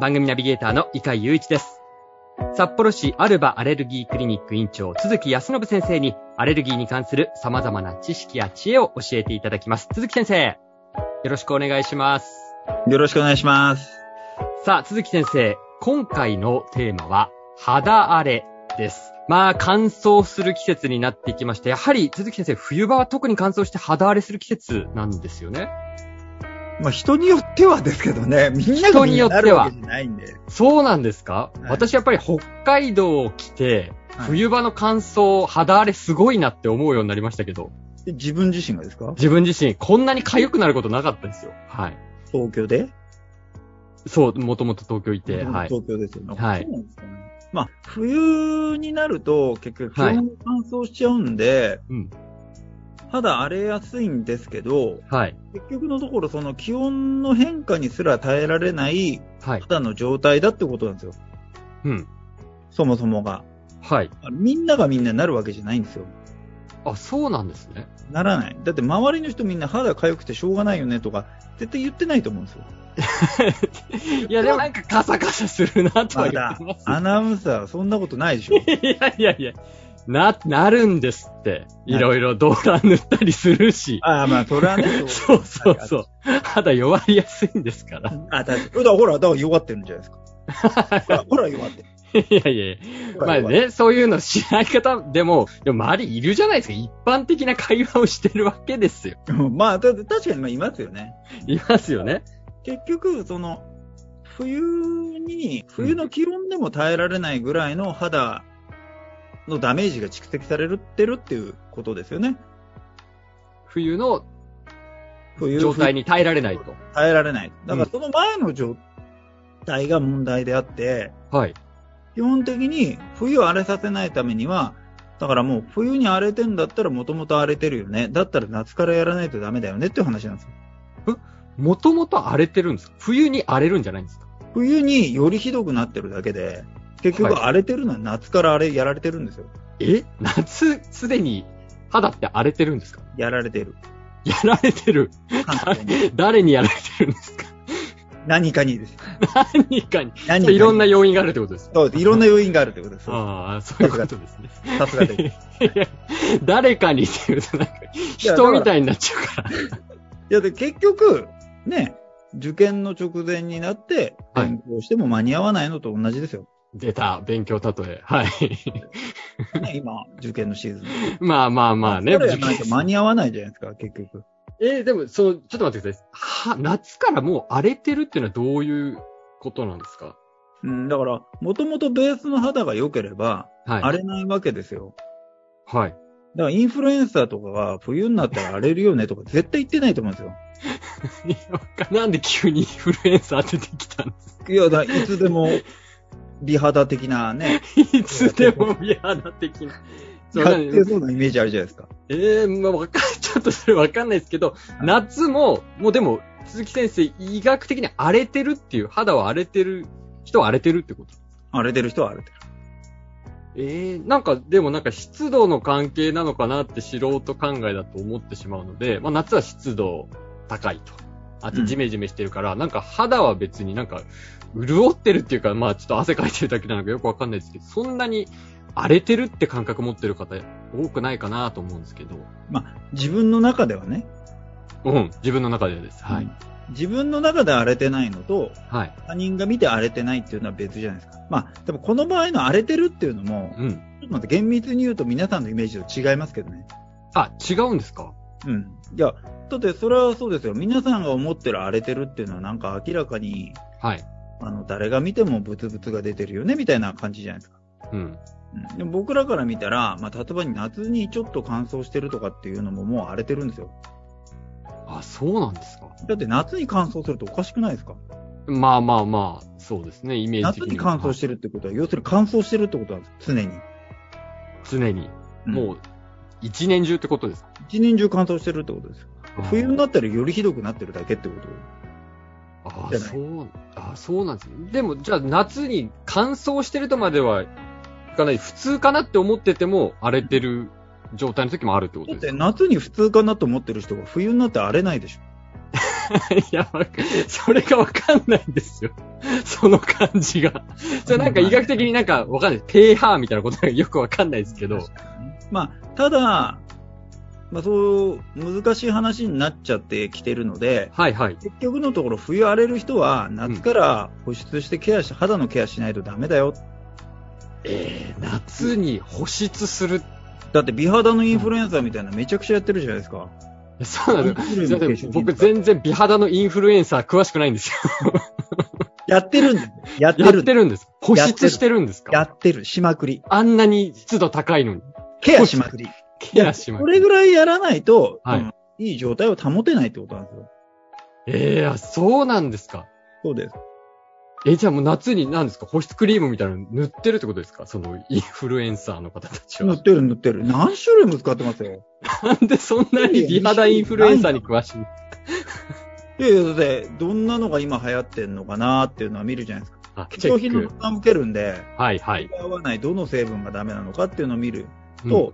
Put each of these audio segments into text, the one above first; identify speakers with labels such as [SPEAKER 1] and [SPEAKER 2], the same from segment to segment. [SPEAKER 1] 番組ナビゲーターの伊海雄一です。札幌市アルバアレルギークリニック院長、鈴木康信先生にアレルギーに関する様々な知識や知恵を教えていただきます。鈴木先生、よろしくお願いします。
[SPEAKER 2] よろしくお願いします。
[SPEAKER 1] さあ、鈴木先生、今回のテーマは、肌荒れです。まあ、乾燥する季節になってきまして、やはり鈴木先生、冬場は特に乾燥して肌荒れする季節なんですよね。
[SPEAKER 2] まあ、人によってはですけどね、みんながみんななるわけじゃないんで。
[SPEAKER 1] そうなんですか、
[SPEAKER 2] はい
[SPEAKER 1] 私やっぱり北海道を来て、
[SPEAKER 2] はい
[SPEAKER 1] 冬場の乾燥、肌荒れすごいなって思うようになりましたけど、
[SPEAKER 2] 自分自身がですか
[SPEAKER 1] 自分自身こんなに痒くなることなかったですよ。はい。
[SPEAKER 2] 東京で
[SPEAKER 1] そう、もともと東京いて、はい。
[SPEAKER 2] 東京ですよね。
[SPEAKER 1] はい
[SPEAKER 2] そうなんですかね。まあ、冬になると結局気
[SPEAKER 1] はい
[SPEAKER 2] 温が乾燥しちゃうんで、
[SPEAKER 1] うん。
[SPEAKER 2] 肌荒れやすいんですけど、
[SPEAKER 1] はい。
[SPEAKER 2] 結局のところその気温の変化にすら耐えられない
[SPEAKER 1] はい。
[SPEAKER 2] 肌の状態だってことなんですよ。
[SPEAKER 1] うん。
[SPEAKER 2] そもそもが。
[SPEAKER 1] はい。
[SPEAKER 2] みんながみんななるわけじゃないんですよ。
[SPEAKER 1] あ、そうなんですね。
[SPEAKER 2] ならない。だって周りの人みんな肌痒くてしょうがないよねとか、絶対言ってないと思うんですよ。
[SPEAKER 1] いや、でもなんかカサカサするなとは言
[SPEAKER 2] ま
[SPEAKER 1] っ
[SPEAKER 2] だ
[SPEAKER 1] てます。
[SPEAKER 2] アナウンサー、そんなことないでしょ。
[SPEAKER 1] いやいやいや。な、なるんですって。いろいろドーラ塗ったりするし。
[SPEAKER 2] ああ、まあ、それはね。
[SPEAKER 1] そうそうそう。肌弱りやすいんですから。
[SPEAKER 2] あ、だだからほら、だから弱ってるんじゃない ですか。ほら、ほら弱ってる。
[SPEAKER 1] いやいやいや
[SPEAKER 2] ほ
[SPEAKER 1] ま
[SPEAKER 2] ら
[SPEAKER 1] あ
[SPEAKER 2] 弱ってる
[SPEAKER 1] ね、そういうのしない方でも、でも周りいるじゃないですか。一般的な会話をしてるわけですよ。
[SPEAKER 2] うんまあ、だ確かにまあいますよね。
[SPEAKER 1] いますよね。
[SPEAKER 2] 結局、その、冬に、冬の気温でも耐えられないぐらいの肌のダメージが蓄積されてるっていうことですよね。
[SPEAKER 1] 冬の
[SPEAKER 2] 冬
[SPEAKER 1] 状態に耐えられないと。
[SPEAKER 2] 冬耐えられない。だからその前の状態が問題であって、
[SPEAKER 1] はい。
[SPEAKER 2] 基本的に冬を荒れさせないためには、だからもう冬に荒れてんだったらもともと荒れてるよね。だったら夏からやらないとダメだよねっていう話なんですよ。
[SPEAKER 1] もともと荒れてるんですか冬に荒れるんじゃないんですか
[SPEAKER 2] 冬によりひどくなってるだけで、結局
[SPEAKER 1] はい
[SPEAKER 2] 荒れてるのは夏から荒れ、やられてるんですよ。
[SPEAKER 1] え夏、すでに肌って荒れてるんですか
[SPEAKER 2] やられてる。
[SPEAKER 1] やられてる。
[SPEAKER 2] 完全に
[SPEAKER 1] 誰にやられてるんですか
[SPEAKER 2] 何かにです。
[SPEAKER 1] 何かに。
[SPEAKER 2] 何かに。
[SPEAKER 1] いろんな要因があるってことです。
[SPEAKER 2] そうです。いろんな要因があるってことです。そ
[SPEAKER 1] ああ、そういうことですね。
[SPEAKER 2] うさす がです。
[SPEAKER 1] いや 誰かにっていうとなんか、人みたいになっちゃうから。
[SPEAKER 2] いや、で、結局、ね、受験の直前になって、
[SPEAKER 1] はい
[SPEAKER 2] 勉強しても間に合わないのと同じですよ。
[SPEAKER 1] 出た、勉強たとえ。はい。
[SPEAKER 2] ね、今、受験のシーズン。
[SPEAKER 1] まあまあまあね。
[SPEAKER 2] それやらない
[SPEAKER 1] 受
[SPEAKER 2] と
[SPEAKER 1] 験
[SPEAKER 2] 間に合わないじゃないですか、結局。
[SPEAKER 1] えーでも、その、ちょっと待ってください。は、夏からもう荒れてるっていうのはどういうことなんですか
[SPEAKER 2] うん、だから、もともとベースの肌が良ければ、
[SPEAKER 1] はい。
[SPEAKER 2] 荒れないわけですよ。
[SPEAKER 1] はい。
[SPEAKER 2] だから、インフルエンサーとかが、冬になったら荒れるよねとか、絶対言ってないと思うんですよ。
[SPEAKER 1] いやわか んなんで急にインフルエンサー出てきたんです
[SPEAKER 2] いや、だからいつでも、美肌的なね、
[SPEAKER 1] かいつでも美肌的な。そう
[SPEAKER 2] やってそうなイメージあるじゃないですか。
[SPEAKER 1] ええまあ、わかん、ちょっとそれわかんないですけど、夏も、もうでも、鈴木先生、医学的に荒れてるっていう、肌は荒れてる、人は荒れてるってこと。
[SPEAKER 2] 荒れてる人は荒れてる。
[SPEAKER 1] ええなんか、でもなんか湿度の関係なのかなって素人考えだと思ってしまうので、まあ夏は湿度高いと。あ
[SPEAKER 2] う
[SPEAKER 1] と
[SPEAKER 2] ん
[SPEAKER 1] ジメジメしてるから、なんか肌は別になんか、潤ってるっていうか、まあちょっと汗かいてるだけなのかよくわかんないですけど、そんなに荒れてるって感覚持ってる方多くないかなと思うんですけど、
[SPEAKER 2] 自分の中ではね、
[SPEAKER 1] うん、自分の中ではです。はい。
[SPEAKER 2] 自分の中で荒れてないのと、
[SPEAKER 1] はい。
[SPEAKER 2] 他人が見て荒れてないっていうのは別じゃないですか。まあ、でもこの場合の荒れてるっていうのも、
[SPEAKER 1] うん。
[SPEAKER 2] ちょっと待って、厳密に言うと皆さんのイメージと違いますけどね。
[SPEAKER 1] あ、違うんですか
[SPEAKER 2] うん。いや、だってそれはそうですよ。皆さんが思ってる荒れてるっていうのはなんか明らかに、
[SPEAKER 1] はい。
[SPEAKER 2] あの、誰が見てもブツブツが出てるよね、みたいな感じじゃないですか。
[SPEAKER 1] うん。
[SPEAKER 2] うん、でも僕らから見たら、まあ、例えば夏にちょっと乾燥してるとかっていうのももう荒れてるんですよ。
[SPEAKER 1] あ、そうなんですか
[SPEAKER 2] だって夏に乾燥するとおかしくないですか
[SPEAKER 1] まあまあまあ、そうですね、イメージ
[SPEAKER 2] 夏
[SPEAKER 1] 的
[SPEAKER 2] に
[SPEAKER 1] に。
[SPEAKER 2] 乾燥してるってことは、要するに乾燥してるってことなんです、常に。
[SPEAKER 1] 常に。も
[SPEAKER 2] う
[SPEAKER 1] う、一年中ってことですか
[SPEAKER 2] ん。一年中乾燥してるってことですよ。冬になったらよりひどくなってるだけってこと
[SPEAKER 1] あ
[SPEAKER 2] じ
[SPEAKER 1] あ
[SPEAKER 2] ゃない
[SPEAKER 1] そう、ああそうなんですね。でも、じゃあ夏に乾燥してるとまではいかない。普通かなって思ってても荒れてる状態の時もあるってこと
[SPEAKER 2] だっ
[SPEAKER 1] です
[SPEAKER 2] て
[SPEAKER 1] か。
[SPEAKER 2] 夏に普通かなと思ってる人が冬になって荒れないでしょ。
[SPEAKER 1] いや、わかそれがわかんないんですよ。 その感じが。 じゃあなんか医学的になんかわかんない。ペーハーみたいなことがよくわかんないですけど。
[SPEAKER 2] まあ、ただ、まあ、そう、難しい話になっちゃってきてるので、
[SPEAKER 1] はいはい。
[SPEAKER 2] 結局のところ冬荒れる人は夏から保湿してケアして、肌のケアしないとダメだよ。
[SPEAKER 1] えー、夏に保湿する。
[SPEAKER 2] だって美肌のインフルエンサーみたいなめちゃくちゃやってるじゃないですか。
[SPEAKER 1] そうなんですよ。
[SPEAKER 2] インフルエン
[SPEAKER 1] じ
[SPEAKER 2] サ
[SPEAKER 1] ゃあ
[SPEAKER 2] ーの化
[SPEAKER 1] で
[SPEAKER 2] 粧
[SPEAKER 1] も
[SPEAKER 2] 品
[SPEAKER 1] 僕全然美肌のインフルエンサー詳しくないんですよ。
[SPEAKER 2] やってるんです。やって
[SPEAKER 1] や
[SPEAKER 2] る
[SPEAKER 1] っ
[SPEAKER 2] ん
[SPEAKER 1] て
[SPEAKER 2] です。
[SPEAKER 1] るんです。保湿してるんです
[SPEAKER 2] や
[SPEAKER 1] か
[SPEAKER 2] ってる。しまくり。
[SPEAKER 1] あんなに湿度高いのに。
[SPEAKER 2] ケアしまくり。
[SPEAKER 1] ケアしま
[SPEAKER 2] こ
[SPEAKER 1] く
[SPEAKER 2] れぐらいやらないと、
[SPEAKER 1] はい
[SPEAKER 2] うんいい状態を保てないってことなんですよ。
[SPEAKER 1] ええあそうなんですか。
[SPEAKER 2] そうです。
[SPEAKER 1] え、じゃあもう夏に何ですか保湿クリームみたいなの塗ってるってことですかそのインフルエンサーの方たち
[SPEAKER 2] 塗
[SPEAKER 1] は
[SPEAKER 2] っ。てる塗ってる。何種類も使ってますよ。
[SPEAKER 1] なんでそんなに美肌インフルエンサーに詳しいの
[SPEAKER 2] いやいや、だってどんなのが今流行ってんのかなっていうのは見るじゃないですか。
[SPEAKER 1] あ、
[SPEAKER 2] 化
[SPEAKER 1] チェ
[SPEAKER 2] 粧品の
[SPEAKER 1] ック。
[SPEAKER 2] 負担を受けるんで、
[SPEAKER 1] はいはい。
[SPEAKER 2] 合わないどの成分がダメなのかっていうのを見る
[SPEAKER 1] う
[SPEAKER 2] と、
[SPEAKER 1] ん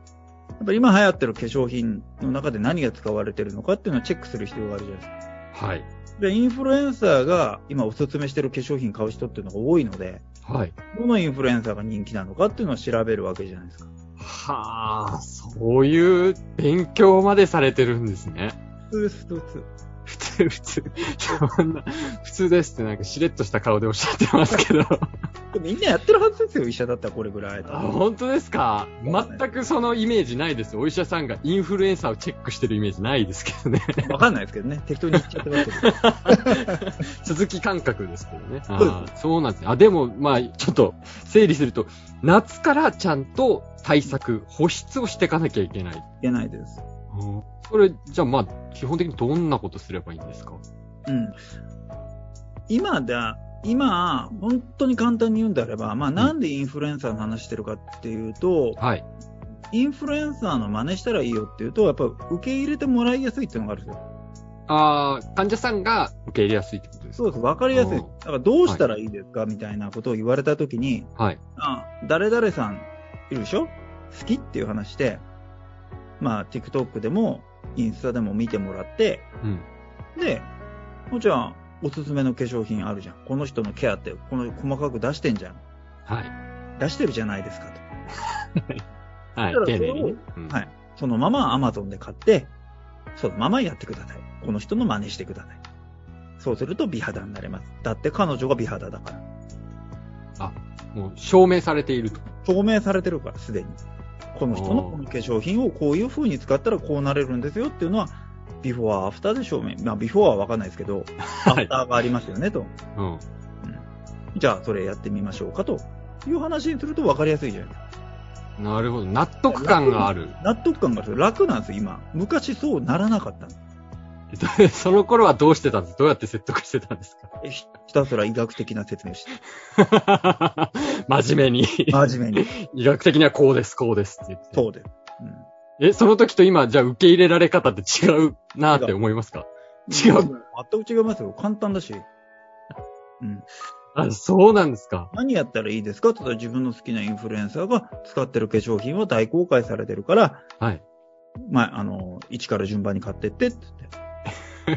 [SPEAKER 2] やっぱり今流行ってる化粧品の中で何が使われてるのかっていうのをチェックする必要があるじゃないです
[SPEAKER 1] はい。
[SPEAKER 2] か。で、インフルエンサーが今おすすめしてる化粧品買う人っていうのが多いので、
[SPEAKER 1] はい。
[SPEAKER 2] どのインフルエンサーが人気なのかっていうのを調べるわけじゃないですか。
[SPEAKER 1] はあ、そういう勉強までされてるんですね。
[SPEAKER 2] 普通
[SPEAKER 1] 普通、普
[SPEAKER 2] です、普通です。
[SPEAKER 1] 通。そんな、普通ですってなんかしれっとした顔でおっしゃってますけど。
[SPEAKER 2] でもみんなやってるはずですよ、医者だったらこれぐらい。
[SPEAKER 1] あ本当ですか
[SPEAKER 2] そうですね
[SPEAKER 1] 全くそのイメージないです。お医者さんがインフルエンサーをチェックしてるイメージないですけ どね。
[SPEAKER 2] わかんないですけどね、適当に言っちゃってますけど。
[SPEAKER 1] 続き感覚ですけどね。
[SPEAKER 2] うです
[SPEAKER 1] あーそうなんですね。あ、でも、まあ、ちょっと整理すると、夏からちゃんと対策、保湿をしていかなきゃいけない。
[SPEAKER 2] いけないです。
[SPEAKER 1] これ、じゃあまあ、基本的にどんなことすればいいんですか
[SPEAKER 2] うん。今だ、今、本当に簡単に言うんであれば、まあなんでインフルエンサーの話してるかっていうと、
[SPEAKER 1] はい。
[SPEAKER 2] インフルエンサーの真似したらいいよっていうと、やっぱ受け入れてもらいやすいっていうのがあるんですよ。
[SPEAKER 1] ああ、患者さんが受け入れやすいってことです
[SPEAKER 2] そう
[SPEAKER 1] か
[SPEAKER 2] です、わかりやすい。
[SPEAKER 1] う
[SPEAKER 2] だ
[SPEAKER 1] ん
[SPEAKER 2] からどうしたらいいですかみたいなことを言われたときに、
[SPEAKER 1] はい。
[SPEAKER 2] あ、誰々さんいるでしょ好きっていう話で、まあ TikTok でもインスタでも見てもらって、
[SPEAKER 1] うん。
[SPEAKER 2] で、もうじゃあ、おすすめの化粧品あるじゃん。この人のケアって、この細かく出してんじゃん。
[SPEAKER 1] はい。
[SPEAKER 2] 出してるじゃないですかと。
[SPEAKER 1] はい
[SPEAKER 2] だから。
[SPEAKER 1] 丁寧にね。うん
[SPEAKER 2] はいそのまま Amazon で買って、そのままやってください。この人の真似してください。そうすると美肌になれます。だって彼女が美肌だから。
[SPEAKER 1] もう証明されていると。
[SPEAKER 2] 証明されてるから、すでに。この人のこの化粧品をこういう風に使ったらこうなれるんですよっていうのは、ビフォーアフターで証明。まあ、ビフォーはわかんないですけど、ア
[SPEAKER 1] い
[SPEAKER 2] フターがありますよねと。
[SPEAKER 1] うん。
[SPEAKER 2] じゃあ、それやってみましょうかという話にすると分かりやすいじゃないですか。
[SPEAKER 1] なるほど。納得感がある。
[SPEAKER 2] 納得感がある楽なんですよ、今。昔そうならなかったんです
[SPEAKER 1] その頃はどうしてたんですどうやって説得してたんです
[SPEAKER 2] えひひたすら医学的な説明をして、
[SPEAKER 1] か 真面目 に。
[SPEAKER 2] 真面目に。
[SPEAKER 1] 医学的にはこうです、こうですって言って。
[SPEAKER 2] そうです。うん
[SPEAKER 1] え、その時と今、じゃあ受け入れられ方って違うなって思いますか違う。
[SPEAKER 2] 全く違いますよ。簡単だし。うん、
[SPEAKER 1] あ、そうなんですか。
[SPEAKER 2] 何やったらいいですかって言ったら自分の好きなインフルエンサーが使ってる化粧品は大公開されてるから、
[SPEAKER 1] はい。
[SPEAKER 2] まあ、あの、1から順番に買ってってって言っ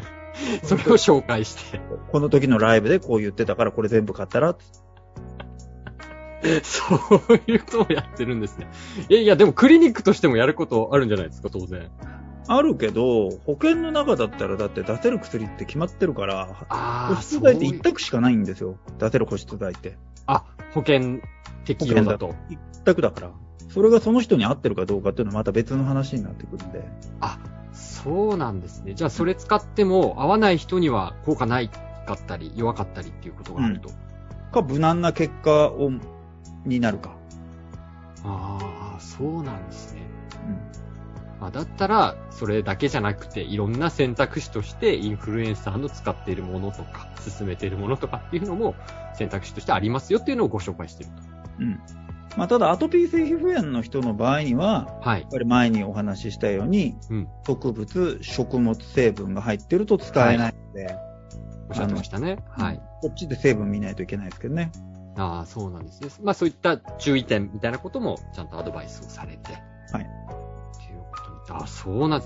[SPEAKER 2] て、
[SPEAKER 1] それを紹介して。
[SPEAKER 2] この時のライブでこう言ってたからこれ全部買ったらって
[SPEAKER 1] そういうことをやってるんですね。え、いや、でもクリニックとしてもやることあるんじゃないですか、当然。
[SPEAKER 2] あるけど、保険の中だったらだって出せる薬って決まってるから、
[SPEAKER 1] あ
[SPEAKER 2] 保
[SPEAKER 1] あ、
[SPEAKER 2] 湿
[SPEAKER 1] そう
[SPEAKER 2] 剤って
[SPEAKER 1] い
[SPEAKER 2] 一
[SPEAKER 1] う。
[SPEAKER 2] 択しかないんですよ。出せる保湿剤って。
[SPEAKER 1] あ、保険適用だと。
[SPEAKER 2] 一択だから。それがその人に合ってるかどうかっていうのはまた別の話になってくるんで。
[SPEAKER 1] そうなんですね。じゃあ、それ使っても、合わない人には効果ないかったり、弱かったりっていうことがあると。
[SPEAKER 2] か、無難な結果を、になるか。
[SPEAKER 1] ああ、そうなんですね。
[SPEAKER 2] うん。
[SPEAKER 1] あまあ、だったら、それだけじゃなくて、いろんな選択肢として、インフルエンサーの使っているものとか、進めているものとかっていうのも、選択肢としてありますよっていうのをご紹介してる
[SPEAKER 2] うんまあ、ただ、アトピー性皮膚炎の人の場合には、
[SPEAKER 1] と。はい
[SPEAKER 2] や。っぱり前にお話ししたように、
[SPEAKER 1] うん
[SPEAKER 2] 植物、食物成分が入ってると使えないので、
[SPEAKER 1] おっしゃってましたね。はい。
[SPEAKER 2] こっちで成分見ないといけないですけどね。
[SPEAKER 1] ああ、そうなんですね。まあそういった注意点みたいなこともちゃんとアドバイスをされて。
[SPEAKER 2] はい
[SPEAKER 1] っていうことにああ、そうなん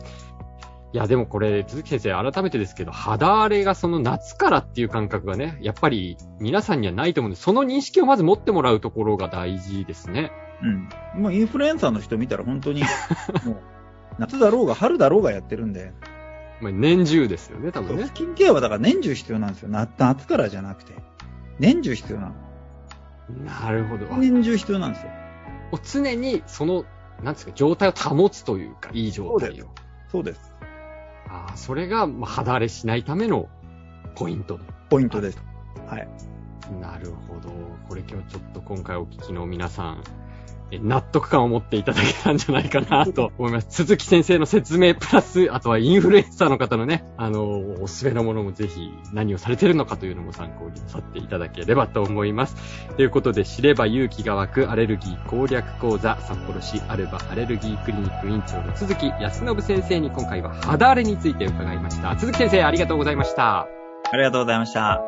[SPEAKER 1] いや、でもこれ、鈴木先生、改めてですけど、肌荒れがその夏からっていう感覚がね、やっぱり皆さんにはないと思うんで、その認識をまず持ってもらうところが大事ですね。
[SPEAKER 2] うん。もうインフルエンサーの人見たら本 当に、もう、夏だろうが春だろうがやってるんで、
[SPEAKER 1] まあ、年中ですよね、多分ね
[SPEAKER 2] ス。キンケアはだから年中必要なんですよ。夏夏からじゃなくて。年中必要な
[SPEAKER 1] なるほど。
[SPEAKER 2] の。年中必要なんですよ。
[SPEAKER 1] あ常にその、なんですか、状態を保つというか、いい状
[SPEAKER 2] そう
[SPEAKER 1] 態
[SPEAKER 2] で
[SPEAKER 1] を。
[SPEAKER 2] そうです。
[SPEAKER 1] ああ、それが、まあ、肌荒れしないためのポイント
[SPEAKER 2] ポイントです。はい。
[SPEAKER 1] なるほど。これ今日ちょっと今回お聞きの皆さん、え納得感を持っていただけたんじゃないかなと思います。 鈴木先生の説明プラス、あとはインフルエンサーの方のね、あの、おすすめのものもぜひ何をされてるのかというのも参考になさっていただければと思います。ということで、知れば勇気が湧くアレルギー攻略講座、札幌市アルバアレルギークリニック委員長の鈴木康信先生に今回は肌荒れについて伺いました。鈴木先生、ありがとうございました。
[SPEAKER 2] ありがとうございました。